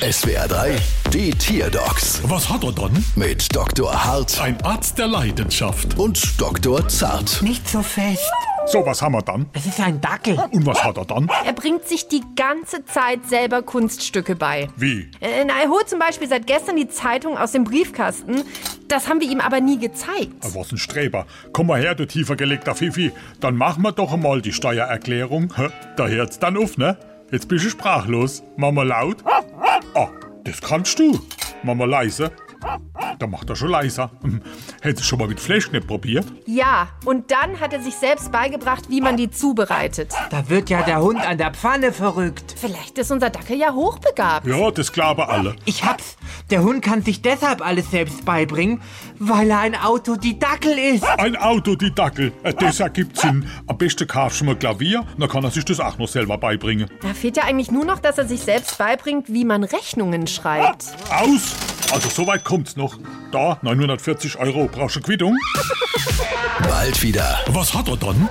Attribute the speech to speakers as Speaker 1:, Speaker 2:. Speaker 1: SWR 3, die Tierdocs
Speaker 2: Was hat er dann?
Speaker 1: mit Dr. Hart
Speaker 2: Ein Arzt der Leidenschaft.
Speaker 1: und Dr. Zart.
Speaker 3: Nicht so fest.
Speaker 2: So, was haben wir dann?
Speaker 3: Es ist ein Dackel.
Speaker 2: Und was hat er dann?
Speaker 4: Er bringt sich die ganze Zeit selber Kunststücke bei.
Speaker 2: Wie?
Speaker 4: Äh, Na, er holt zum Beispiel seit gestern die Zeitung aus dem Briefkasten. Das haben wir ihm aber nie gezeigt.
Speaker 2: Er Was ein Streber. Komm mal her, du tiefergelegter Fifi. Dann machen wir doch mal die Steuererklärung. Hä, Da hört's dann auf, ne? Jetzt bist du sprachlos. Mama laut. Ah, das kannst du. Mama leise. Da macht er schon leiser. Hm, Hättest du schon mal mit Fleischknepp probiert?
Speaker 4: Ja, und dann hat er sich selbst beigebracht, wie man die zubereitet.
Speaker 3: Da wird ja der Hund an der Pfanne verrückt.
Speaker 4: Vielleicht ist unser Dackel ja hochbegabt.
Speaker 2: Ja, das glauben alle.
Speaker 3: Ich hab's. Der Hund kann sich deshalb alles selbst beibringen, weil er ein Autodidackel ist.
Speaker 2: Ein Autodidackel. Äh, Das ergibt Sinn. Am besten kaufst du mal Klavier, dann kann er sich das auch noch selber beibringen.
Speaker 4: Da fehlt ja eigentlich nur noch, dass er sich selbst beibringt, wie man Rechnungen schreibt.
Speaker 2: Aus! Also soweit kommt's noch. Da, 940 Euro, brauchst du Quittung.
Speaker 1: Bald wieder.
Speaker 2: Was hat er dann?